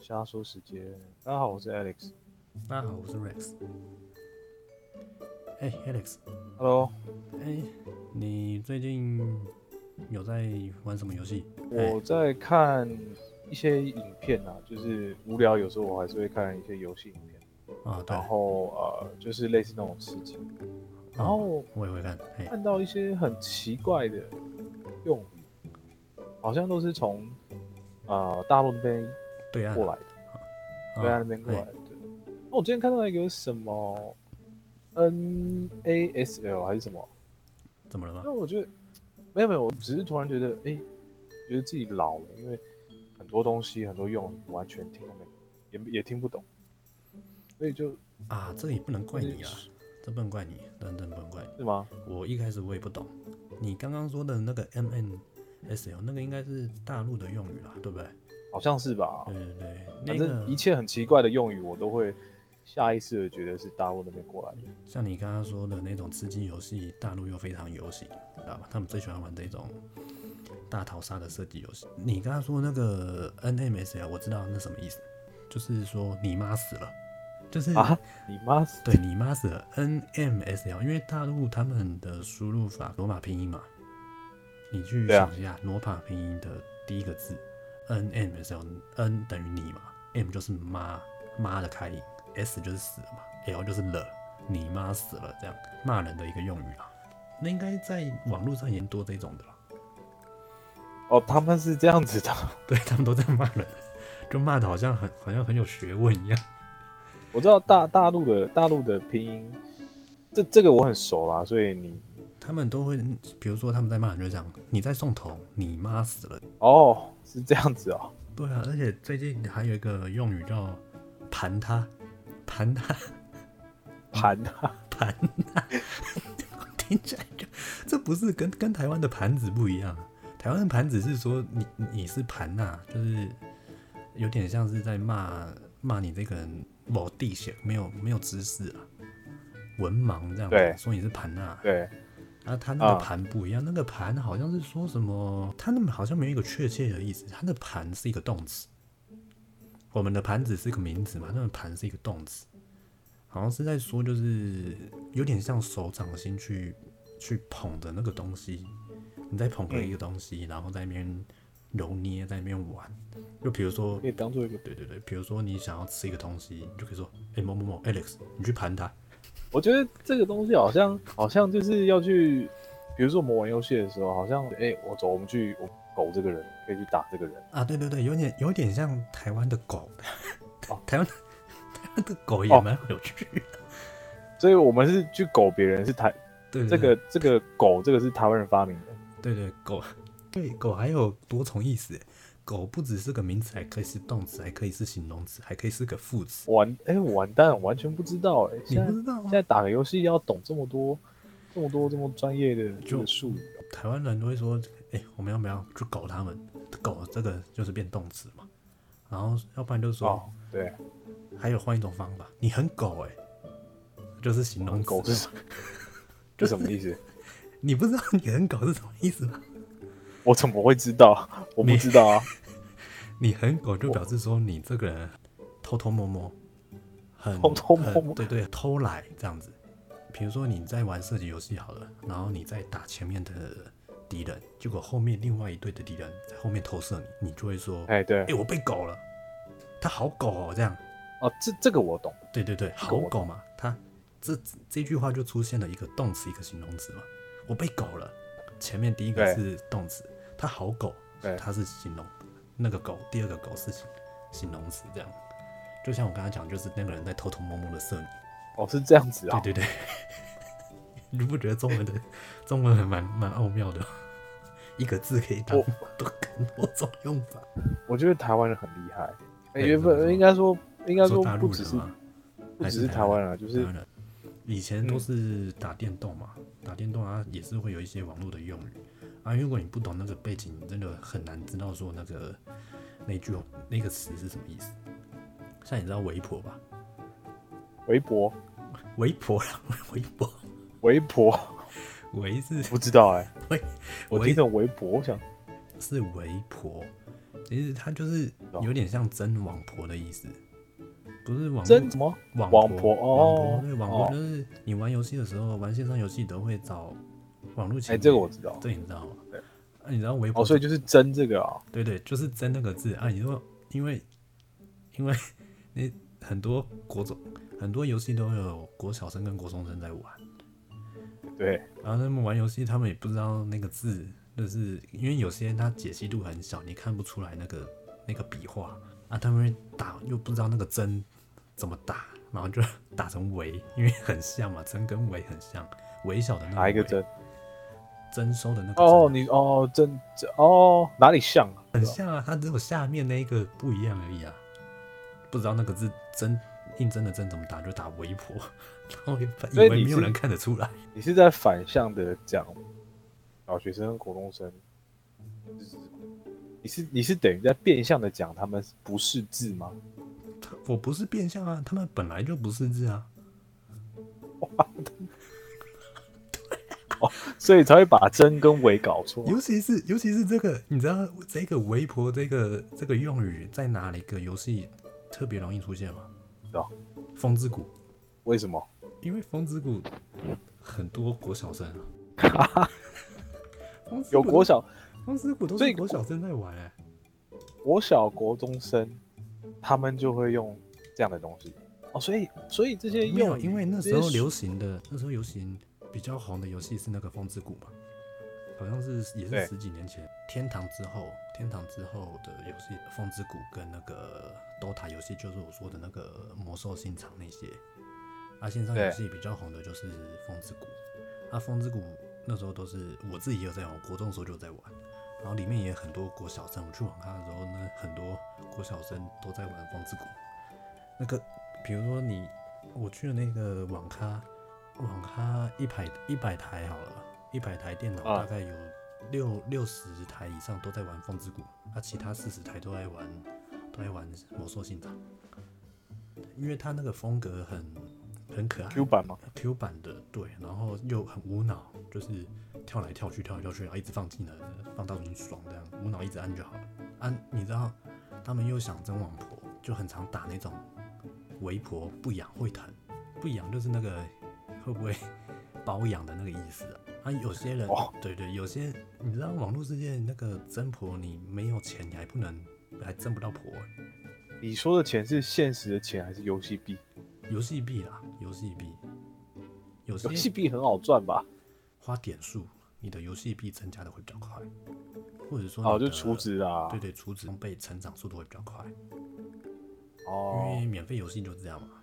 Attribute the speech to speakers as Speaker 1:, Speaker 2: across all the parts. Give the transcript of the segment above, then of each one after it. Speaker 1: 瞎说时间。大家好，我是 Alex。
Speaker 2: 大家好，我是 Rex。哎、a l e x
Speaker 1: Hello，
Speaker 2: 哎、你最近有在玩什么游戏？
Speaker 1: 我在看一些影片啊，就是无聊，有时候我还是会看一些游戏影片，
Speaker 2: 啊，对
Speaker 1: 然，后呃，就是类似那种吃鸡，然
Speaker 2: 啊
Speaker 1: 后
Speaker 2: 我也会看。哎、
Speaker 1: 看到一些很奇怪的用语，好像都是从呃大陆那边
Speaker 2: 对岸
Speaker 1: 过来的，
Speaker 2: 啊
Speaker 1: 对岸那边过来的。那我今天看到一个什么 NASL 还是什么？
Speaker 2: 怎么了吗
Speaker 1: 那？我觉得没有没有，我只是突然觉得，哎、觉得自己老了，因为很多东西很多用语完全听不懂，也也听不懂，所以就
Speaker 2: 啊，这也不能怪你啊
Speaker 1: 是，
Speaker 2: 这不能怪你，真真不能怪你。
Speaker 1: 是吗？
Speaker 2: 我一开始我也不懂，你刚刚说的那个 M N S L 那个应该是大陆的用语啦，对不对？
Speaker 1: 好像是吧？
Speaker 2: 对对对，嗯那
Speaker 1: 反
Speaker 2: 个
Speaker 1: 正一切很奇怪的用语，我都会下意识的觉得是大陆那边过来的。
Speaker 2: 像你刚刚说的那种吃鸡游戏，大陆又非常流行，你知道吧？他们最喜欢玩这种大逃杀的射击游戏。你刚刚说那个 NMSL，我知道那什么意思，就是说你妈死了，就是、
Speaker 1: 啊你妈死！
Speaker 2: 对你妈死了 NMSL，因为大陆他们的输入法罗马拼音嘛，你去
Speaker 1: 对啊
Speaker 2: 想一下罗马拼音的第一个字 NMSL，N 等于你嘛，M 就是妈妈的开音，S 就是死了嘛，L 就是了，你妈死了这样骂人的一个用语啦。那应该在网络上也多这种的啦，
Speaker 1: 哦，他们是这样子的。
Speaker 2: 对他们都在骂人，就骂的好像很好像很有学问一样。
Speaker 1: 我知道大大陆的大陆的拼音，这这个我很熟啦，所以你
Speaker 2: 他们都会，比如说他们在骂人，就讲你在送头，你妈死了，
Speaker 1: 哦是这样子哦，
Speaker 2: 对啊，而且最近还有一个用语叫“盘他”，盘他，嗯
Speaker 1: 盘啊他
Speaker 2: 盘他， 听起来就这不是跟跟台湾的盘子不一样啊。台湾的盘子是说你你是盘呐、就是有点像是在骂骂你这个人某地血没有没有知识啊，文盲这样
Speaker 1: 对
Speaker 2: 子，说你是盘呐、
Speaker 1: 对
Speaker 2: 啊，他那个
Speaker 1: 啊
Speaker 2: 盘不一样，那个盘好像是说什么，他那么好像没有一个确切的意思，他的盘是一个动词。我们的盘子是个名词嘛，那个盘是一个动词，好像是在说就是有点像手掌心去去捧着那个东西，你在捧着一个东西，然后在那边揉捏，在那边玩。就比如说
Speaker 1: 可，以当做一个
Speaker 2: 对对对，比如说你想要吃一个东西，你就可以说，哎、某某某 Alex，你去盘它。
Speaker 1: 我觉得这个东西好像好像就是要去，比如说我们玩游戏的时候，好像哎、我走，我们去我们狗这个人，可以去打这个人。
Speaker 2: 啊，对对对，有点有点像台湾的狗，
Speaker 1: 哦
Speaker 2: 台湾的台湾的狗也蛮有趣的。
Speaker 1: 所以我们是去狗别人，是台
Speaker 2: 对对
Speaker 1: 这
Speaker 2: 对
Speaker 1: 个这个狗这个是台湾人发明的。
Speaker 2: 对对狗，对狗还有多重意思耶。狗不只是个名词，还可以是动词，还可以是形容词，还可以是个副词。
Speaker 1: 完哎、我完蛋，我完全不知道哎、
Speaker 2: 你
Speaker 1: 现在
Speaker 2: 不知道吗
Speaker 1: 现？
Speaker 2: 啊
Speaker 1: 在打个游戏要懂这么多这么多这么专业的这个术语哦，
Speaker 2: 台湾人都会说，哎、我们要不要去狗他们？狗这个就是变动词嘛。然后要不然就是说，
Speaker 1: 哦对，
Speaker 2: 还有换一种方法，你很狗哎、就是形容词。
Speaker 1: 狗是什 么？这什么意思？
Speaker 2: 你不知道你很狗是什么意思吗？
Speaker 1: 我怎么会知道？我不
Speaker 2: 你
Speaker 1: 知道啊。
Speaker 2: 你很狗就表示说你这个人偷偷摸摸，很
Speaker 1: 偷偷摸摸
Speaker 2: 很对对，偷懒这样子。比如说你在玩射击游戏好了，然后你在打前面的敌人，结果后面另外一队的敌人在后面投射你，你就会说：“哎、
Speaker 1: 哎、对，
Speaker 2: 我被狗了，他好狗哦。”这样，
Speaker 1: 哦这这个我懂，
Speaker 2: 对对对，好狗嘛，他这这句话就出现了一个动词，一个形容词嘛。我被狗了，前面第一个
Speaker 1: 对
Speaker 2: 是动词，它好狗
Speaker 1: 对，
Speaker 2: 它是形容那个狗，第二个狗是形形容词，这样。就像我刚才讲，就是那个人在偷偷摸摸的射你。
Speaker 1: 哦是这样子啊、
Speaker 2: 对对对， 你不觉得中文的 中文还蛮蛮奥妙的？一个字可以当
Speaker 1: 我
Speaker 2: 多很多种用法。
Speaker 1: 我觉得台湾人很厉害，
Speaker 2: 哎
Speaker 1: 原
Speaker 2: 怎么
Speaker 1: 本
Speaker 2: 说
Speaker 1: 应该说应该说
Speaker 2: 大
Speaker 1: 不
Speaker 2: 陆
Speaker 1: 只
Speaker 2: 人
Speaker 1: 是
Speaker 2: 嘛，
Speaker 1: 不
Speaker 2: 还
Speaker 1: 只是台湾人啊，就
Speaker 2: 台
Speaker 1: 是嗯
Speaker 2: 湾人以前都是打电动嘛，打电动啊也是会有一些网络的用语啊。如果你不懂那个背景，你真的很难知道说那个那句那个词是什么意思。像你知道微博吧？
Speaker 1: 微博
Speaker 2: 微博 啦，微博，
Speaker 1: 微 博
Speaker 2: 微是
Speaker 1: 不知道哎、
Speaker 2: 微
Speaker 1: 我
Speaker 2: 微
Speaker 1: 听成微博，我想
Speaker 2: 是微博，其实它就是
Speaker 1: 哦
Speaker 2: 有点像真网婆的意思，不是网络
Speaker 1: 真什么？
Speaker 2: 网
Speaker 1: 网婆
Speaker 2: 婆
Speaker 1: 哦
Speaker 2: 网婆对，网婆
Speaker 1: 哦
Speaker 2: 就是你玩游戏的时候，玩线上游戏都会找网络情
Speaker 1: 哎，
Speaker 2: 侣，
Speaker 1: 这个我知道。
Speaker 2: 这你知道吗？
Speaker 1: 对
Speaker 2: 啊，你知道微博
Speaker 1: 哦，所以就是真这个啊，
Speaker 2: 对对，就是“真”那个字啊。你说，因为因为 你很多国中很多游戏都有国小生跟国中生在玩，
Speaker 1: 对，
Speaker 2: 然后他们玩游戏，他们也不知道那个字，就是因为有些它解析度很小，你看不出来那个那个笔画啊，他们会打又不知道那个“真”怎么打，然后就打成“微”，因为很像嘛，“真”跟“微”很像，微小的那
Speaker 1: 哪一个
Speaker 2: 微
Speaker 1: 真？
Speaker 2: 征收的那个
Speaker 1: 哦，
Speaker 2: 征
Speaker 1: 你哦，真这哦，哪里像啊？
Speaker 2: 很像啊，它只有下面那一个不一样而已啊。不知道那个字真应征的真怎么打，就打微婆， 然后也以
Speaker 1: 所以
Speaker 2: 为
Speaker 1: 你
Speaker 2: 没有
Speaker 1: 是
Speaker 2: 人看得出来。
Speaker 1: 你是在反向的讲小学生、国中生，就是你是你是等于在变相的讲他们不识字吗？
Speaker 2: 他我不是变相啊，他们本来就不是字啊。
Speaker 1: 所以才会把真跟伪搞错。
Speaker 2: 尤其是尤其是这个，你知道这个微婆这个这个用语在哪里个游戏特别容易出现吗？
Speaker 1: 知道
Speaker 2: 风之谷，
Speaker 1: 为什么？
Speaker 2: 因为风之谷很多国小生啊。风之谷
Speaker 1: 有国
Speaker 2: 都，
Speaker 1: 小、
Speaker 2: 风之谷都
Speaker 1: 所
Speaker 2: 是
Speaker 1: 以
Speaker 2: 国小生在玩哎、
Speaker 1: 国小、国中生，他们就会用这样的东西哦。所以，所以这些
Speaker 2: 没有，
Speaker 1: 用语
Speaker 2: 因为那时候
Speaker 1: 这些
Speaker 2: 流行的，那时候流行比较红的游戏是那个《风之谷》嘛，好像是也是
Speaker 1: 对
Speaker 2: 十几年前，天堂之后，天堂之后的游戏《风之谷》跟那个 DOTA 游戏，就是我说的那个魔兽信长那些。啊，线上游
Speaker 1: 对
Speaker 2: 戏比较红的就是《风之谷》，啊，《风之谷》那时候都是我自己也有在玩，我国中的时候就在玩，然后里面也很多国小生，我去网咖的时候呢，很多国小生都在玩《风之谷》。那个，比如说你，我去的那个网咖，网咖一百一百台好了，一百台电脑
Speaker 1: 啊
Speaker 2: 大概有六六十台以上都在玩《风之谷》，啊，其他四十台都在玩都在玩《魔兽信长》，因为它那个风格很很可爱
Speaker 1: Q 版吗？
Speaker 2: Q 版的，对，然后又很无脑，就是跳来跳去，跳来跳去，然后一直放技能，放到你爽这样，无脑一直按就好了。按、你知道他们又想真网婆，就很常打那种围婆，不痒会疼，不痒就是那个会不会 包养的那个意思啊。啊，有些人，
Speaker 1: 哦
Speaker 2: 对对，有些你知道网络世界那个真婆，你没有钱你还不能，还真不到婆、
Speaker 1: 你说的钱是现实的钱还是游戏币？
Speaker 2: 游戏币啦，游戏币，有
Speaker 1: 游戏
Speaker 2: 些
Speaker 1: 币很好赚吧？
Speaker 2: 花点数，你的游戏币增加的会比较快，或者说
Speaker 1: 哦，就
Speaker 2: 你的
Speaker 1: 储，值啊
Speaker 2: 嗯对。对，储值被成长速度会比较快，因
Speaker 1: 哦
Speaker 2: 为，免费游戏就这样嘛，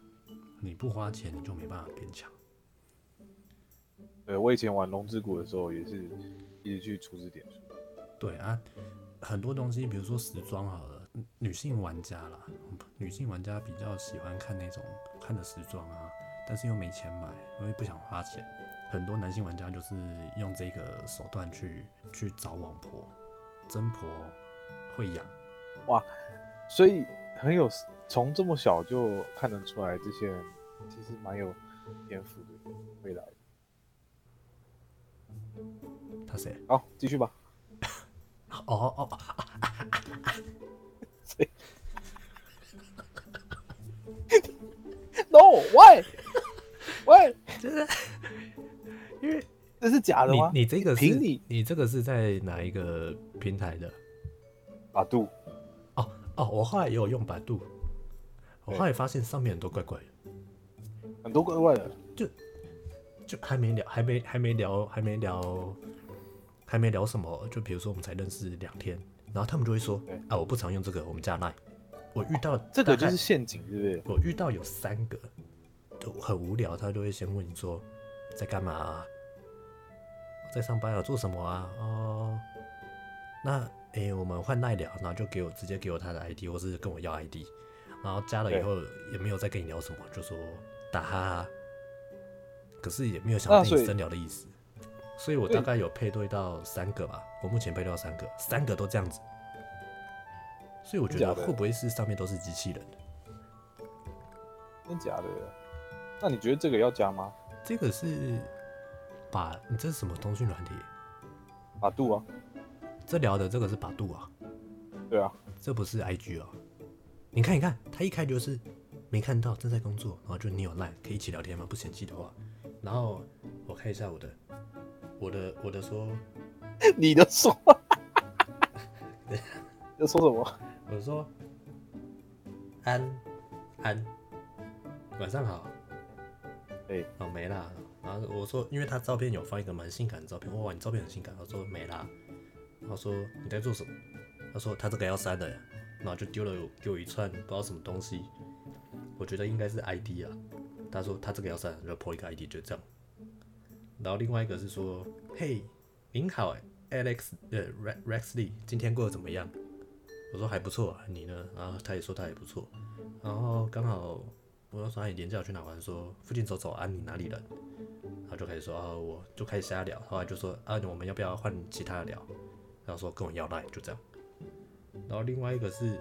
Speaker 2: 你不花钱你就没办法变强。
Speaker 1: 对我以前玩龙之谷的时候也是一直去储值点数。
Speaker 2: 对啊，很多东西，比如说时装好了，嗯女性玩家啦，女性玩家比较喜欢看那种看的时装啊，但是又没钱买，因为不想花钱。很多男性玩家就是用这个手段去去找网婆、真婆会养，
Speaker 1: 所以很有从这么小就看得出来，这些人其实蛮有天赋的未来。
Speaker 2: 他谁？
Speaker 1: 好，继续吧。
Speaker 2: 哦哦哦，
Speaker 1: No why why
Speaker 2: 就是因为
Speaker 1: 这是假的吗？
Speaker 2: 你你这个是
Speaker 1: 啊凭你
Speaker 2: 你这个是在哪一个平台的？
Speaker 1: 把度
Speaker 2: 哦哦，我后来也有用百度，我
Speaker 1: 对
Speaker 2: 后来发现上面很多怪怪的。
Speaker 1: 很多怪怪的，
Speaker 2: 就还没聊，还没还没聊，还没聊，还没聊什么？就比如说我们才认识两天，然后他们就会说
Speaker 1: 对：“
Speaker 2: 啊，我不常用这个，我们加 Line。”我遇到
Speaker 1: 这个
Speaker 2: 大
Speaker 1: 就
Speaker 2: 概
Speaker 1: 是陷阱，对不对？
Speaker 2: 我遇到有三个，就很无聊，他就会先问你说：“在干嘛、啊？在上班啊？做什么啊？”哦，那诶、我们换 Line 聊，然后就给我直接给我他的 ID，或是跟我要 ID，然后加了以
Speaker 1: 对
Speaker 2: 后也没有再跟你聊什么，就说打哈哈。可是也没有想
Speaker 1: 那
Speaker 2: 要跟
Speaker 1: 所
Speaker 2: 你
Speaker 1: 以
Speaker 2: 深聊的意思，所以我
Speaker 1: 对
Speaker 2: 大概有配对到三个吧，我目前配对到三个，三个都这样子，所以我觉
Speaker 1: 真
Speaker 2: 得
Speaker 1: 假的
Speaker 2: 会不会是上面都是机器人？
Speaker 1: 真假的？那你觉得这个要加吗？
Speaker 2: 这个是把你这是什么通讯软体？
Speaker 1: 把度啊，
Speaker 2: 这聊的这个是百度啊，
Speaker 1: 对啊，
Speaker 2: 这不是 IG 哦。你看，你看，他一开始就是没看到正在工作，然后就你有 line 可以一起聊天吗？不嫌弃的话，然后我看一下我的，我的，我的说，
Speaker 1: 你的说，在说什么？
Speaker 2: 我说，安安，晚上好。
Speaker 1: 哎
Speaker 2: 哦，没啦。然后我说，因为他照片有放一个蛮性感的照片，哇，你照片很性感。我说没啦。他说你在做什么？他说他这个要删的，然后就丢了给我一串不知道什么东西，我觉得应该是 ID 啊。他说他这个要删，就破一个 ID，就这样。然后另外一个是说，嘿，您好，Alex，呃，Re-，Rexley，今天过得怎么样？我说还不错啊，你呢？然后他也说他也不错。然后刚好我要说你廉假有去哪玩，说附近走走啊，你哪里人？然后就开始说啊，我就开始瞎聊，后来就说啊，我们要不要换其他的聊？然后说跟我要赖，就这样。然后另外一个是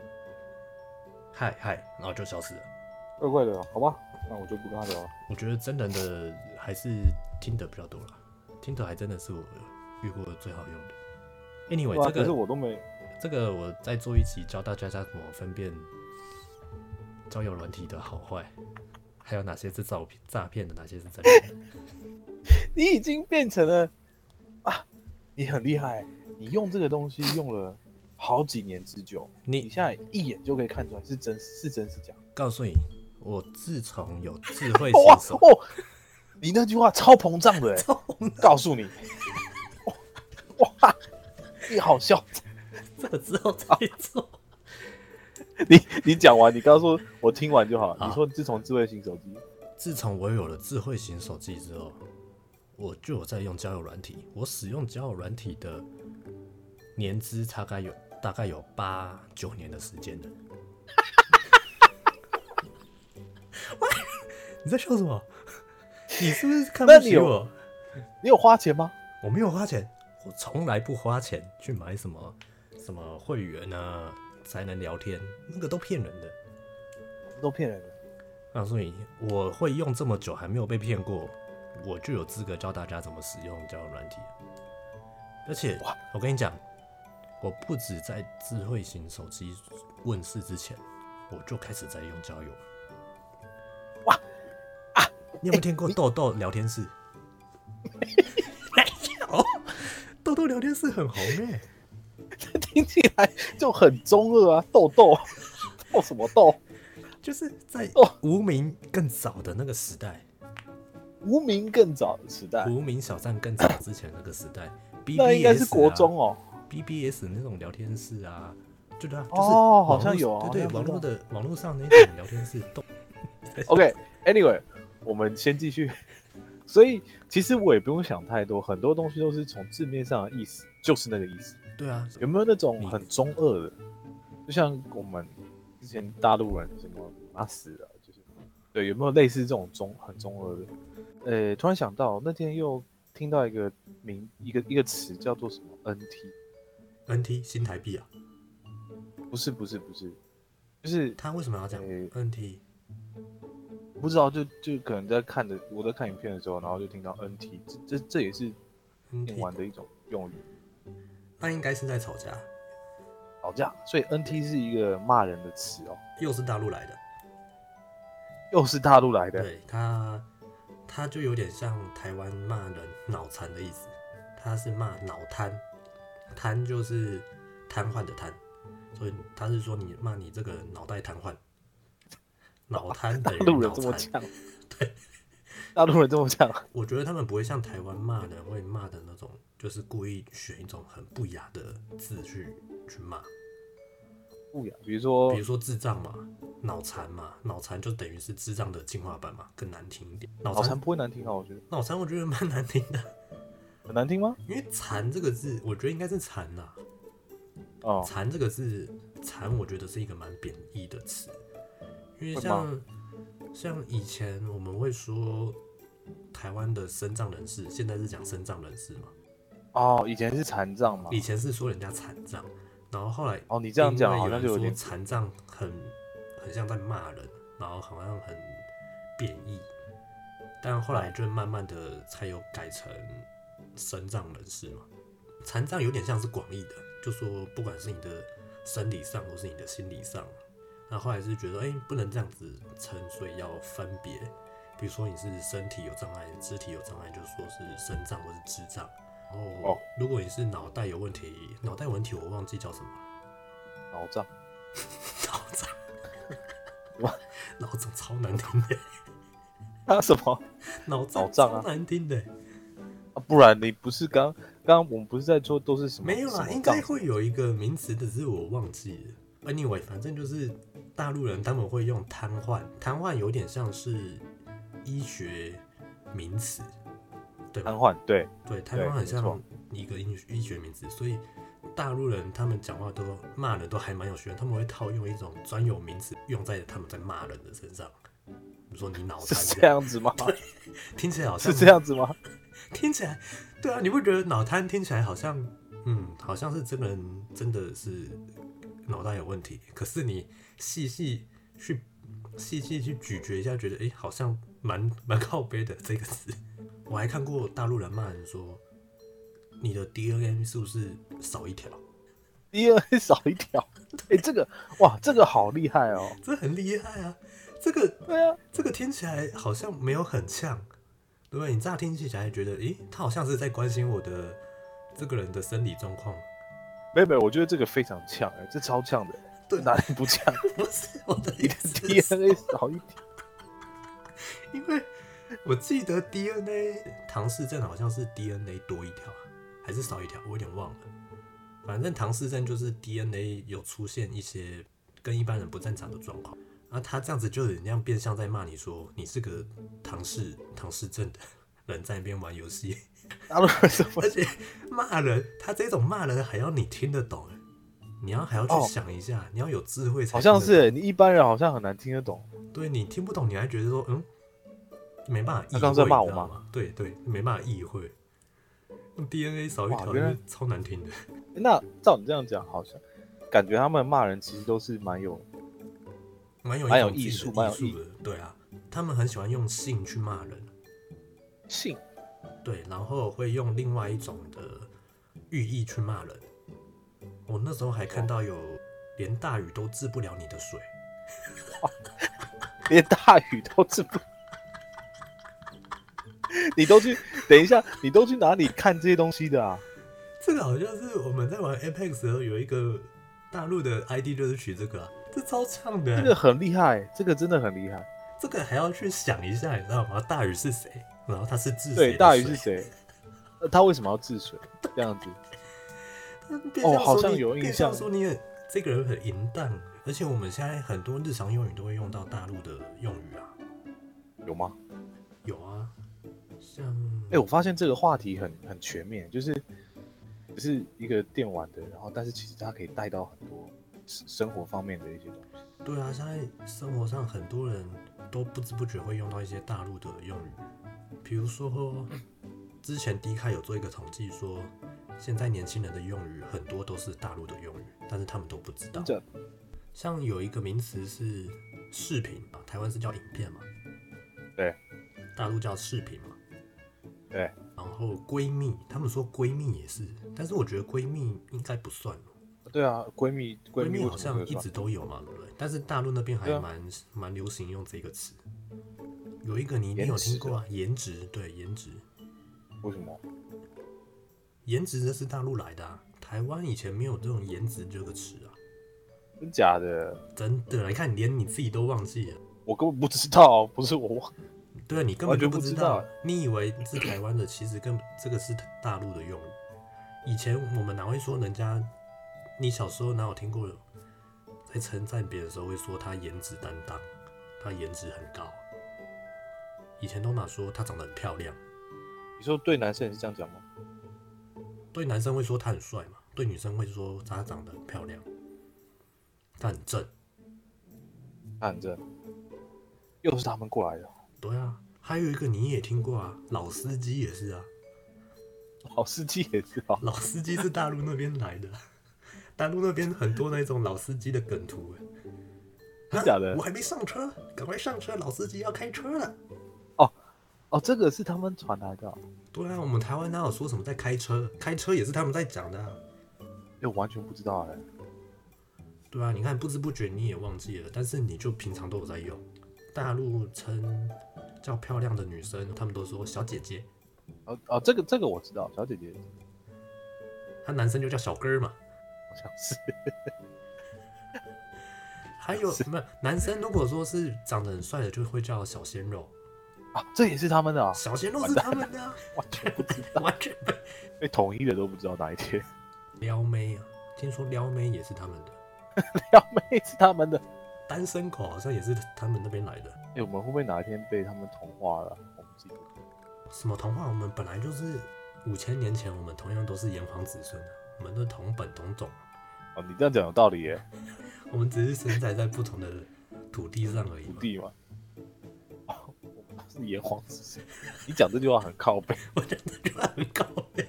Speaker 2: 嗨嗨，然后就消失了。
Speaker 1: 怪怪的，好吧，那我就不跟他聊了。
Speaker 2: 我觉得真人的还是听的比较多啦，听的还真的是我遇过最好用的。Anyway，、
Speaker 1: 对啊，
Speaker 2: 这
Speaker 1: 可是
Speaker 2: 个
Speaker 1: 我都没，
Speaker 2: 这个我再做一集教大家怎么分辨交友软体的好坏，还有哪些是诈骗诈骗的，哪些是真的。
Speaker 1: 你已经变成了啊，你很厉害，你用这个东西用了好几年之久，你
Speaker 2: 你
Speaker 1: 现在一眼就可以看出来是真是真是假。
Speaker 2: 告诉你，我自从有智慧
Speaker 1: 哇
Speaker 2: 型手，
Speaker 1: 哦，你那句话 超膨胀的、欸，告诉你，哇，哇你好笑。
Speaker 2: 这个之后再做，
Speaker 1: 你你讲完，你刚说我听完就好。
Speaker 2: 好
Speaker 1: 你说自从智慧型手机，
Speaker 2: 自从我有了智慧型手机之后，我就有在用交友软体。我使用交友软体的年资大概有大概有八九年的时间了。你在笑什么？你是不是看
Speaker 1: 那
Speaker 2: 不
Speaker 1: 你
Speaker 2: 起
Speaker 1: 有
Speaker 2: 我？
Speaker 1: 你有花钱吗？
Speaker 2: 我没有花钱，我从来不花钱去买什么什么会员啊，才能聊天，那个都骗人的。
Speaker 1: 都骗人的。
Speaker 2: 告诉你，我会用这么久还没有被骗过，我就有资格教大家怎么使用交友软体。而且
Speaker 1: 哇
Speaker 2: 我跟你讲，我不止在智慧型手机问世之前，我就开始在用交友。啊
Speaker 1: 哇啊哎
Speaker 2: 你有没有听过豆豆聊 天室？没有，豆豆聊天室很红哎、
Speaker 1: 听起来就很中二啊，豆 豆，豆什么豆？
Speaker 2: 就是在
Speaker 1: 哦
Speaker 2: 无名更早的那个时代，
Speaker 1: 无名更早的时代，
Speaker 2: 无名小站更早之前那个时代，BBS
Speaker 1: 那应该是国
Speaker 2: 啊
Speaker 1: 中哦。
Speaker 2: BBS 那种聊天室啊，就对啊，
Speaker 1: 哦
Speaker 2: 就是网络
Speaker 1: 好像有啊好
Speaker 2: 对对，
Speaker 1: 像
Speaker 2: 网
Speaker 1: 有
Speaker 2: 络的网络上那种聊天室都
Speaker 1: 啊 OK，Anyway，、我们先继续。 所以其实我也不用想太多，很多东西都是从字面上的意思，就是那个意思。
Speaker 2: 对啊，
Speaker 1: 有没有那种
Speaker 2: 你
Speaker 1: 很中二的？就像我们之前大陆人什么打死了，就是对，有没有类似这种中很中二的？呃，突然想到那天又听到一个名一个一个词叫做什么 NT，
Speaker 2: NT 新台币啊，
Speaker 1: 不是不是不是，就是
Speaker 2: 他为什么要讲
Speaker 1: 诶
Speaker 2: NT？
Speaker 1: 不知道就就可能在看的我在看影片的时候，然后就听到 NT，这这这也是电
Speaker 2: NT
Speaker 1: 玩的一种用语，
Speaker 2: 那应该是在吵架，
Speaker 1: 吵架，所以 NT 是一个骂人的词哦，
Speaker 2: 又是大陆来的，
Speaker 1: 又是大陆来的。
Speaker 2: 对他，他就有点像台湾骂人脑残的意思，他是骂脑瘫，瘫就是瘫痪的瘫，所以他是说你骂你这个人脑袋瘫痪，脑 瘫
Speaker 1: 大
Speaker 2: 等于
Speaker 1: 陆人
Speaker 2: 脑
Speaker 1: 这么
Speaker 2: 残。
Speaker 1: 讲， 大陆人这么讲，
Speaker 2: 我觉得他们不会像台湾骂人会骂的那种，就是故意选一种很不雅的字去去骂，
Speaker 1: 不雅，啊比如说
Speaker 2: 比如说智障嘛、脑残嘛，脑残就等于是智障的进化版嘛，更难听一点。脑
Speaker 1: 脑残
Speaker 2: 残，
Speaker 1: 不会难听啊，我觉得
Speaker 2: 脑残，我觉得蛮难听的，
Speaker 1: 很难听吗？
Speaker 2: 因为“残”这个字，我觉得应该是“残”啦，“
Speaker 1: 哦，
Speaker 2: 残”这个字，“残”我觉得是一个蛮贬义的词，因为
Speaker 1: 会吗
Speaker 2: 像像以前我们会说台湾的身障人士，现在是讲身障人士嘛。
Speaker 1: 哦，以前是残障嘛，
Speaker 2: 以前是说人家残障，然后后来
Speaker 1: 哦你这样讲
Speaker 2: 因为
Speaker 1: 好像
Speaker 2: 人
Speaker 1: 就有
Speaker 2: 说
Speaker 1: 点
Speaker 2: 残障很很像在骂人，然后好像很贬义，但后来就慢慢的才有改成身障人士嘛。残障有点像是广义的，就说不管是你的生理上或是你的心理上。那后来是觉得，哎、不能这样子称，所以要分别。比如说你是身体有障碍、肢体有障碍，就说是身障或是智障。然后
Speaker 1: 哦，
Speaker 2: 如果你是脑袋有问题，脑袋有问题我忘记叫什么，
Speaker 1: 脑胀，
Speaker 2: 脑障
Speaker 1: 哇，
Speaker 2: 脑障超难听的，
Speaker 1: 啊什么
Speaker 2: 脑
Speaker 1: 脑
Speaker 2: 障
Speaker 1: 障啊
Speaker 2: 超难听的。
Speaker 1: 啊？不然你不是刚刚我们不是在说都是什么？
Speaker 2: 没有
Speaker 1: 什
Speaker 2: 啦，
Speaker 1: 么
Speaker 2: 应该
Speaker 1: 胀
Speaker 2: 会有一个名词，只是我忘记了。Anyway，反正就是大陆人他们会用瘫痪，瘫痪有点像是医学名词，对
Speaker 1: 瘫
Speaker 2: 吧？
Speaker 1: 痪， 对，
Speaker 2: 对，瘫
Speaker 1: 对
Speaker 2: 痪很
Speaker 1: 没错
Speaker 2: 像一个医医学名词，所以大陆人他们讲话都骂人都还蛮有学问，他们会套用一种专有名词用在他们在骂人的身上，比如说你脑
Speaker 1: 是
Speaker 2: 瘫
Speaker 1: 这
Speaker 2: 这样，啊
Speaker 1: 样子吗？
Speaker 2: 听起来好像
Speaker 1: 是这样子吗？
Speaker 2: 听起来，对啊，你不觉得脑瘫听起来好像，嗯，好像是这个人真的是脑袋有问题？可是你细细去细细去咀嚼一下，觉得诶，好像蛮蛮靠背的这个词。 我还看过大陆人骂人说，你的 DNA 是不是少一条？
Speaker 1: DNA 少一 条，哎、这个哇，这个好厉害哦！
Speaker 2: 这很厉害啊！这个
Speaker 1: 对啊，
Speaker 2: 这个听起来好像没有很像，对不对？你乍听起来觉得，诶，他好像是在关心我的这个人的生理状况。
Speaker 1: 没有没有，我觉得这个非常呛、哎，这超呛的、
Speaker 2: 对
Speaker 1: 哪里不呛
Speaker 2: 不是我的意思是说，
Speaker 1: ？DNA 少一条，
Speaker 2: 因为我记得 DNA 唐氏症好像是 DNA 多一条啊还是少一条，我有点忘了。反正唐氏症就是 DNA 有出现一些跟一般人不正常的状况，啊，他这样子就有点像变相在骂你说你是个唐氏唐氏症的人在那边玩游戏，
Speaker 1: 大陆人怎么
Speaker 2: 而且骂人，他这种骂人还要你听得懂，你要还要
Speaker 1: 哦
Speaker 2: 去想一下，你要有智慧才
Speaker 1: 好像
Speaker 2: 听得懂
Speaker 1: 是、哎你一般人好像很难听得懂。
Speaker 2: 对你听不懂，你还觉得说嗯，没办法意会，
Speaker 1: 他刚刚在骂
Speaker 2: 你知
Speaker 1: 我
Speaker 2: 道
Speaker 1: 吗
Speaker 2: 吗？对对，没办法意会。用 DNA 扫一
Speaker 1: 哇
Speaker 2: 条
Speaker 1: 原来
Speaker 2: 就是超难听的，
Speaker 1: 那照你这样讲，好像感觉他们骂人其实都是蛮有
Speaker 2: 蛮有一
Speaker 1: 蛮有
Speaker 2: 种
Speaker 1: 艺
Speaker 2: 自己
Speaker 1: 术
Speaker 2: 的
Speaker 1: 蛮有
Speaker 2: 艺
Speaker 1: 艺
Speaker 2: 术的。对啊，他们很喜欢用性去骂人，
Speaker 1: 性，
Speaker 2: 对，然后会用另外一种的寓意去骂人。我那时候还看到有连大雨都治不了你的水，
Speaker 1: 连大雨都治不。 你都去等一下，你都去哪里看这些东西的啊？
Speaker 2: 这个好像是我们在玩 Apex 的时候有一个大陆的 ID 就是取这个、啊，这超呛的、啊
Speaker 1: 这个很厉害，这个真的很厉害。
Speaker 2: 这个还要去想一下，你知道吗？大禹是谁？然后他是治
Speaker 1: 对，
Speaker 2: 谁的
Speaker 1: 大禹是
Speaker 2: 水
Speaker 1: 谁？呃他为什么要治水？这样子，
Speaker 2: 变相
Speaker 1: 哦好
Speaker 2: 说
Speaker 1: 像
Speaker 2: 你
Speaker 1: 有印
Speaker 2: 变相
Speaker 1: 象
Speaker 2: 说你很这个人很淫荡，而且我们现在很多日常用语都会用到大陆的用语啊，
Speaker 1: 有吗？
Speaker 2: 有啊，像
Speaker 1: 哎、我发现这个话题很很全面，就是只是一个电玩的，然后但是其实它可以带到很多生生活方面的一些东西。
Speaker 2: 对啊，现在生活上很多人都不知不觉会用到一些大陆的用语，比如说之前迪卡有做一个统计说，现在年轻人的用语很多都是大陆的用语，但是他们都不知道
Speaker 1: 真。的
Speaker 2: 像有一个名词是视频啊，台湾是叫影片嘛，
Speaker 1: 对，
Speaker 2: 大陆叫视频嘛。
Speaker 1: 对，
Speaker 2: 然后闺蜜，他们说闺蜜也是，但是我觉得闺蜜应该不算哦，
Speaker 1: 对啊，闺蜜闺
Speaker 2: 闺
Speaker 1: 蜜
Speaker 2: 蜜
Speaker 1: 为
Speaker 2: 好
Speaker 1: 什么会
Speaker 2: 像一
Speaker 1: 说
Speaker 2: 直都有嘛，对不对？但是大陆那边还
Speaker 1: 啊对啊
Speaker 2: 蛮蛮流行用这个词。有一个你一定
Speaker 1: 颜
Speaker 2: 有听
Speaker 1: 值
Speaker 2: 过啊，颜值，对，颜值，
Speaker 1: 为什么？
Speaker 2: 颜值这是大陆来的、啊，台湾以前没有这种颜值这个词啊，
Speaker 1: 真假的？
Speaker 2: 真的，你看连你自己都忘记了。
Speaker 1: 我根本不知道，不是我忘。
Speaker 2: 对啊你根
Speaker 1: 完
Speaker 2: 本就
Speaker 1: 全不
Speaker 2: 知
Speaker 1: 知
Speaker 2: 道
Speaker 1: 道，
Speaker 2: 你以为是台湾的，其实跟这个是大陆的用语。以前我们哪会说人家？你小时候哪有听过有在称赞别人的时候会说他颜值担当，他颜值很高？以前都哪说她长得很漂亮，
Speaker 1: 你说对男生也是这样讲吗？
Speaker 2: 对男生会说他很帅嘛，对女生会说他长得很漂亮，他很正。
Speaker 1: 看这，又是他们过来的，
Speaker 2: 对啊，还有一个你也听过啊，老司机也是啊。
Speaker 1: 老司机也是啊。
Speaker 2: 老司机是大陆那边来的， 大陆那边很多那种老司机的 梗图。
Speaker 1: 真假的
Speaker 2: 啊我还没上车，赶快上车，老司机要开车了。
Speaker 1: 哦，这个是他们传来的啊、
Speaker 2: 对啊，我们台湾哪有说什么在开车？开车也是他们在讲的啊、
Speaker 1: 哎、我完全不知道哎、
Speaker 2: 对啊，你看不知不觉你也忘记了，但是你就平常都有在用。大陆称叫漂亮的女生，他们都说小姐姐，
Speaker 1: 哦哦，这个这个我知道，小姐姐
Speaker 2: 他男生就叫小哥儿嘛。
Speaker 1: 好像是
Speaker 2: 还有什么男生如果说是长得很帅的，就会叫小鲜肉，
Speaker 1: 啊，这也是他们的啊，
Speaker 2: 小鲜肉是他们 的啊、
Speaker 1: 完全不知道，
Speaker 2: 完全被
Speaker 1: 被统一的都不知道哪一天，
Speaker 2: 撩妹啊，听说撩妹也是他们的，
Speaker 1: 撩妹是他们的。
Speaker 2: 单身狗好像也是他们那边来的。
Speaker 1: 哎、我们会不会哪一天被他们同化了？我们自己不知道
Speaker 2: 什么童话？我们本来就是五千年前，我们同样都是炎黄子孙啊，我们都同本同种，啊
Speaker 1: 哦，你这样讲有道理耶，
Speaker 2: 我们只是生在在不同的土地上而已
Speaker 1: 土
Speaker 2: 嘛。
Speaker 1: 地嘛。哦，我们是炎黄子孙，你讲这句话很靠背。
Speaker 2: 我觉得就很高哎、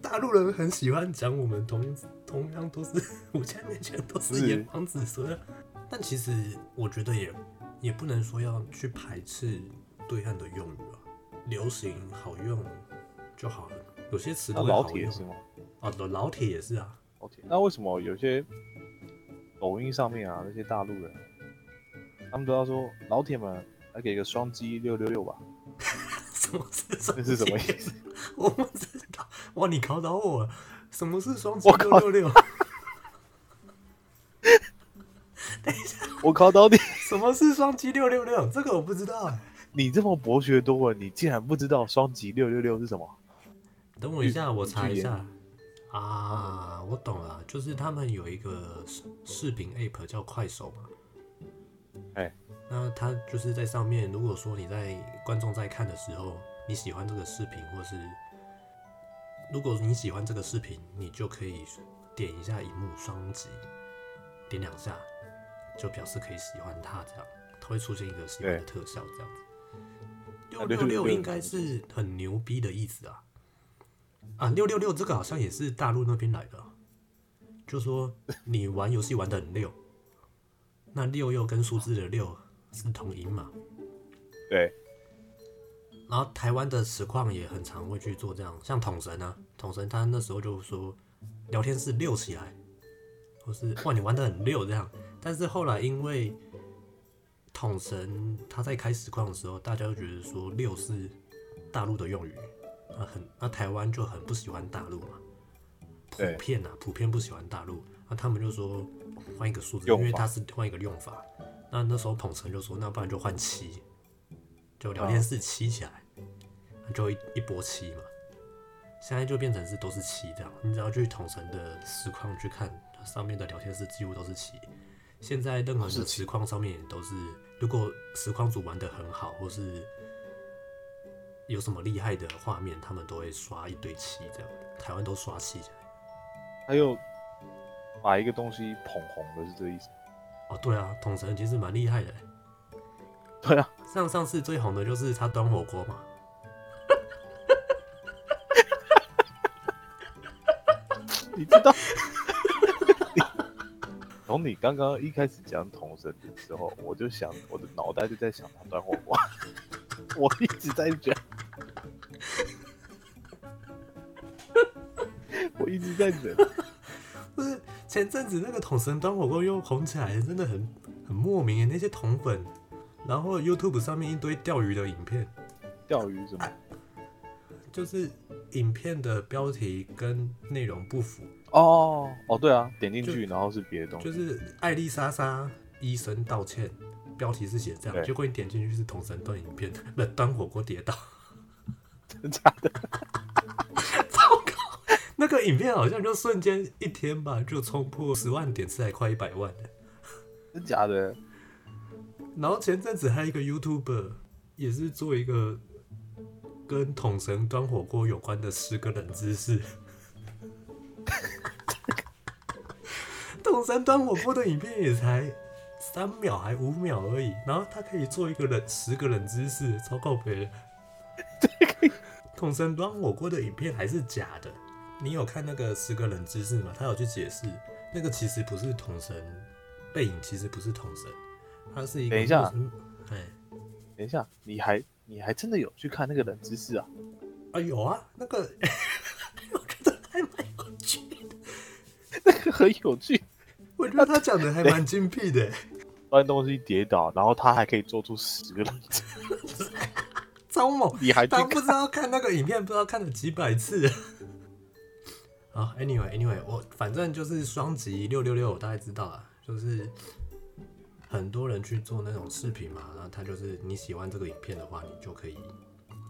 Speaker 2: 大陆人很喜欢讲我们同同样都是五千年前都是
Speaker 1: 是
Speaker 2: 炎黄子孙啊，但其实我觉得也也不能说要去排斥对岸的用语啊，流行好用就好了，有些词
Speaker 1: 那
Speaker 2: 都会
Speaker 1: 老
Speaker 2: 好
Speaker 1: 铁
Speaker 2: 用
Speaker 1: 是吗？
Speaker 2: 啊，老老铁也是啊，
Speaker 1: 老铁，那为什么有些抖音上面啊那些大陆人，他们都要说老铁们来给个双击六六六吧？
Speaker 2: 什么是双
Speaker 1: 这
Speaker 2: 击？
Speaker 1: 是什么意思？
Speaker 2: 我不知道。哇，你考倒我了！什么是双击
Speaker 1: 我
Speaker 2: 六
Speaker 1: 靠
Speaker 2: 六六？
Speaker 1: 我考到你，
Speaker 2: 什么是双击六六六？这个我不知道哎、
Speaker 1: 你这么博学多闻，你竟然不知道双击六六六是什么？
Speaker 2: 等我一下，
Speaker 1: 嗯
Speaker 2: 我查一
Speaker 1: 你
Speaker 2: 下。啊，我懂了，就是他们有一个视视频 app 叫快手嘛。
Speaker 1: 哎
Speaker 2: 那他就是在上面，如果说你在观众在看的时候，你喜欢这个视频，或是如果你喜欢这个视频，你就可以点一下荧幕双击，点两下，就表示可以喜欢它，这样它会出现一个喜欢的
Speaker 1: 对
Speaker 2: 特效，这样子。六
Speaker 1: 啊
Speaker 2: 六六
Speaker 1: 666
Speaker 2: 应该是很牛逼的意思啊！啊，六六六这个好像也是大陆那边来的啊、就说你玩游戏玩的很溜，那六又跟数字的六是同音嘛，
Speaker 1: 对，
Speaker 2: 然后台湾的实况也很常会去做这样，像统神啊，统神他那时候就说聊天室溜起来，或是哇你玩的很溜这样，但是后来因为统神他在开实况的时候，大家都觉得说六是大陆的用语，那很那台湾就很不喜欢大陆嘛，普
Speaker 1: 对
Speaker 2: 遍啊普遍不喜欢大陆，那他们就说换一个数字，
Speaker 1: 用
Speaker 2: 因为
Speaker 1: 法
Speaker 2: 它是换一个用法，那那时候统神就说那不然就换七，就
Speaker 1: 啊
Speaker 2: 聊天室七起来。就一一波七嘛。现在就变成是都是七这样，你只要去统神的实况去看，上面的聊天室几乎都是七。现在任何的实况上面也都是，如果实况组玩的很好，或是有什么厉害的画面，他们都会刷一堆七这样。台湾都刷七起来。
Speaker 1: 他又把一个东西捧红了，是这个意思？
Speaker 2: 哦，对啊，统神其实蛮厉害的。
Speaker 1: 对啊，
Speaker 2: 上上次最红的就是他端火锅嘛，
Speaker 1: 你知道？ 从你刚刚一开始讲统神的时候，我就想，我的脑袋就在想他端火锅， 我一直在讲， 我一直在忍。
Speaker 2: 不是前阵子那个桶神端火锅又红起来，真的很很莫名耶欸那些桶粉，然后 YouTube 上面一堆钓鱼的影片，
Speaker 1: 钓鱼什么？
Speaker 2: 就是影片的标题跟内容不符，
Speaker 1: 哦哦，对啊，点进去然后是别的东西，
Speaker 2: 就是艾丽莎莎医生道歉，标题是写这样，
Speaker 1: 对
Speaker 2: 结果你点进去是桶神端影片，不端火锅跌倒，
Speaker 1: 真的假的？
Speaker 2: 那个影片好像就瞬间一天吧就冲破十万点次，还快一百万了
Speaker 1: 真假的？
Speaker 2: 然后前阵子还有一个 YouTuber 也是做一个跟桶神端火锅有关的十个冷知识。 桶神端火锅的影片也才三秒还五秒而已，然后他可以做一个冷十个冷知识，超靠北的。桶神端火锅的影片还是假的，你有看那个十个冷知识吗？他有去解释，那个其实不是桶神，背影其实不是桶神，他是一个
Speaker 1: 等一下
Speaker 2: 陌生，哎。
Speaker 1: 等一下，你还你还真的有去看那个冷知识啊？
Speaker 2: 啊，有啊，那 个我觉得还蛮有趣的。
Speaker 1: 那个很有趣，
Speaker 2: 哎我觉得他讲的还蛮精辟 的，
Speaker 1: 搬东西跌倒，然后他还可以做出十个人，
Speaker 2: 超猛！
Speaker 1: 你还去
Speaker 2: 他不知道看那个影片，不知道看了几百次。 啊，anyway，anyway，我反正就是双击六六六，我大概知道了，就是很多人去做那种视频嘛，然后他就是你喜欢这个影片的话，你就可以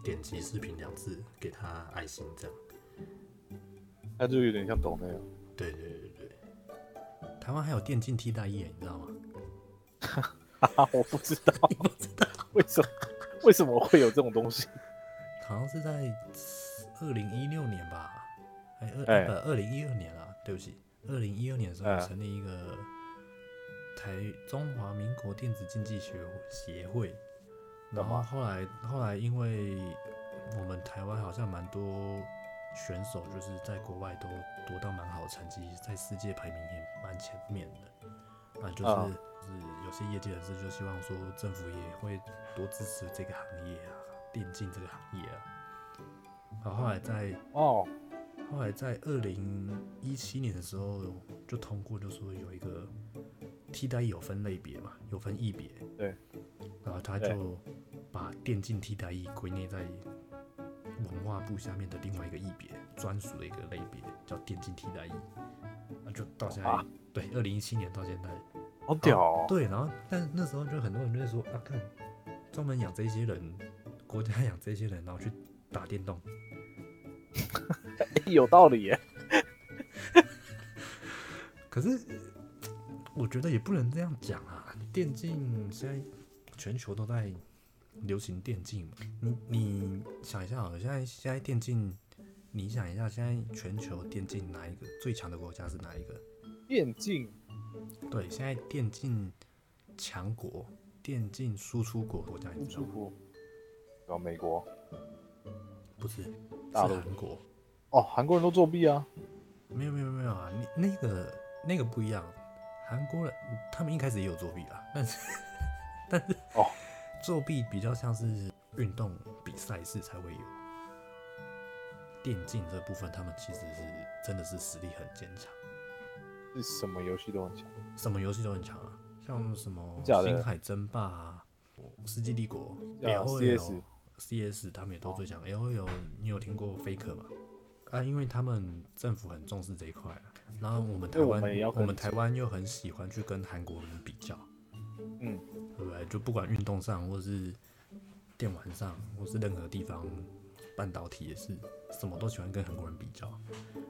Speaker 2: 点击视频两次，给他爱心这样。
Speaker 1: 那就有点像抖那样。
Speaker 2: 对对对对对，台湾还有电竞替代役，你知道吗？
Speaker 1: 啊，我不知道，不知道 为什么为什么会有这种东西？
Speaker 2: 好像是在二零一六年吧，哎
Speaker 1: 哎
Speaker 2: 二不二零一二年啊，对不起，二零一二年的时候
Speaker 1: 嗯
Speaker 2: 成立一个台中华民国电子竞技学会协会，然后
Speaker 1: 干嘛
Speaker 2: 后来后来因为我们台湾好像蛮多选手就是在国外都夺到蛮好的成绩，在世界排名也蛮前面的，那就是、
Speaker 1: 嗯
Speaker 2: 就是有些业界人士就希望说政府也会多支持这个行业啊，电竞这个行业啊。然后后来在
Speaker 1: 哦，
Speaker 2: 后来在二零一七年的时候就通过，就说有一个替代有分类别嘛，有分异别。
Speaker 1: 对。
Speaker 2: 然后他
Speaker 1: 对
Speaker 2: 就把电竞替代役归类在文化部下面的另外一个异别，专属的一个类别叫电竞替代役。那就到现在，
Speaker 1: 哇
Speaker 2: 对，二零一七年到现在，
Speaker 1: 好屌哦！
Speaker 2: 对，然后但那时候就很多人就在说啊，看专门养这些人，国家养这些人，然后去打电动，
Speaker 1: 啊有道理耶。
Speaker 2: 可是呃我觉得也不能这样讲啊，电竞现在全球都在流行电竞嘛。你你想一下好了，现在现在电竞，你想一下现在全球电竞哪一个最强的国家是哪一个？
Speaker 1: 电竞
Speaker 2: 对，现在电竞强国、电竞输出国国家，你
Speaker 1: 不
Speaker 2: 知道
Speaker 1: 舒
Speaker 2: 吗？
Speaker 1: 服。然后美国
Speaker 2: 不是，是
Speaker 1: 大陆
Speaker 2: 韩国。
Speaker 1: 哦，韩国人都作弊啊。
Speaker 2: 没有没有没有啊，你那个那个不一样，韩国人他们一开始也有作弊啦， 但是但是
Speaker 1: 哦，
Speaker 2: 作弊比较像是运动比赛是才会有，电竞这部分他们其实是真的是实力很坚强，
Speaker 1: 是什么游戏都很强。
Speaker 2: 什么游戏都很强啊，像什么
Speaker 1: 假的
Speaker 2: 星海争霸啊、世纪帝国、
Speaker 1: 对啊
Speaker 2: L O
Speaker 1: CS
Speaker 2: L、CS 他们也都最强。L O L 你有听过 Faker 吗？啊，因为他们政府很重视这一块啊、然后我们台
Speaker 1: 对我
Speaker 2: 湾
Speaker 1: 们也要，
Speaker 2: 我
Speaker 1: 跟
Speaker 2: 们台湾又很喜欢去跟韩国人比较，啊
Speaker 1: 嗯，
Speaker 2: 对不对？就不管运动上，或是电玩上，或是任何地方，半导体也是什么都喜欢跟韩国人比较。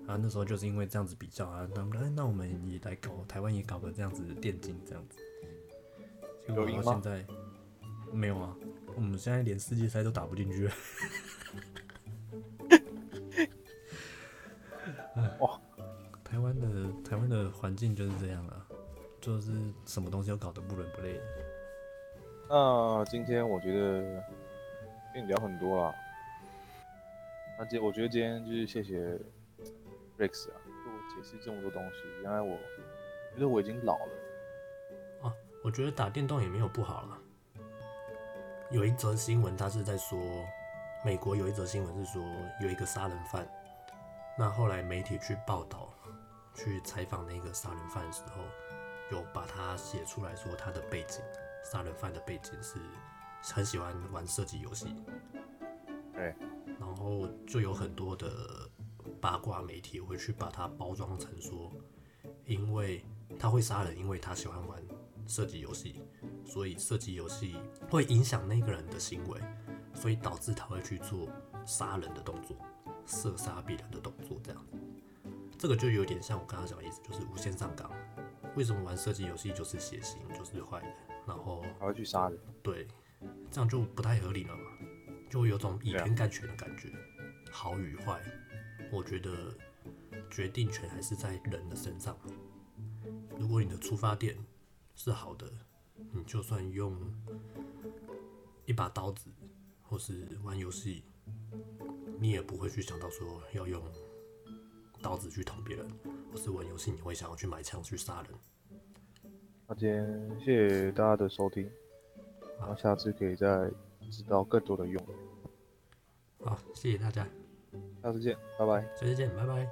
Speaker 2: 啊，那时候就是因为这样子比较啊，他们哎，那我们也来搞台湾也搞个这样子的电竞这样子，结
Speaker 1: 有赢
Speaker 2: 果
Speaker 1: 吗
Speaker 2: 到现在没有啊，我们现在连世界赛都打不进去了。
Speaker 1: 哇，
Speaker 2: 台湾的台湾的环境就是这样啊，就是什么东西都搞得不伦不类的。
Speaker 1: 那今天我觉得跟你聊很多啦。那今我觉得今天就是谢谢 Rex 啊，给我解释这么多东西。原来我觉得我已经老了。
Speaker 2: 哦，我觉得打电动也没有不好啦。有一则新闻，它是在说，美国有一则新闻是说有一个杀人犯，那后来媒体去报道、去采访那个杀人犯的时候，有把他写出来说他的背景，杀人犯的背景是很喜欢玩射击游戏，
Speaker 1: 对，
Speaker 2: 然后就有很多的八卦媒体会去把它包装成说，因为他会杀人，因为他喜欢玩射击游戏，所以射击游戏会影响那个人的行为，所以导致他会去做杀人的动作，射杀别人的动作这样子。这个就有点像我刚刚讲的意思，就是无限上纲。为什么玩射击游戏就是血腥，就是坏人，然后
Speaker 1: 还会去杀人。
Speaker 2: 对，这样就不太合理了嘛，就会有种以
Speaker 1: 对啊
Speaker 2: 偏概全的感觉。好与坏，我觉得决定权还是在人的身上。如果你的出发点是好的，你就算用一把刀子或是玩游戏，你也不会去想到说要用刀子去捅别人，或是玩游戏你会想要去买枪去杀人。
Speaker 1: 那今天谢谢大家的收听，然后下次可以再知道更多的用。
Speaker 2: 好，谢谢大家，
Speaker 1: 下次见，拜拜。
Speaker 2: 下次见，拜拜。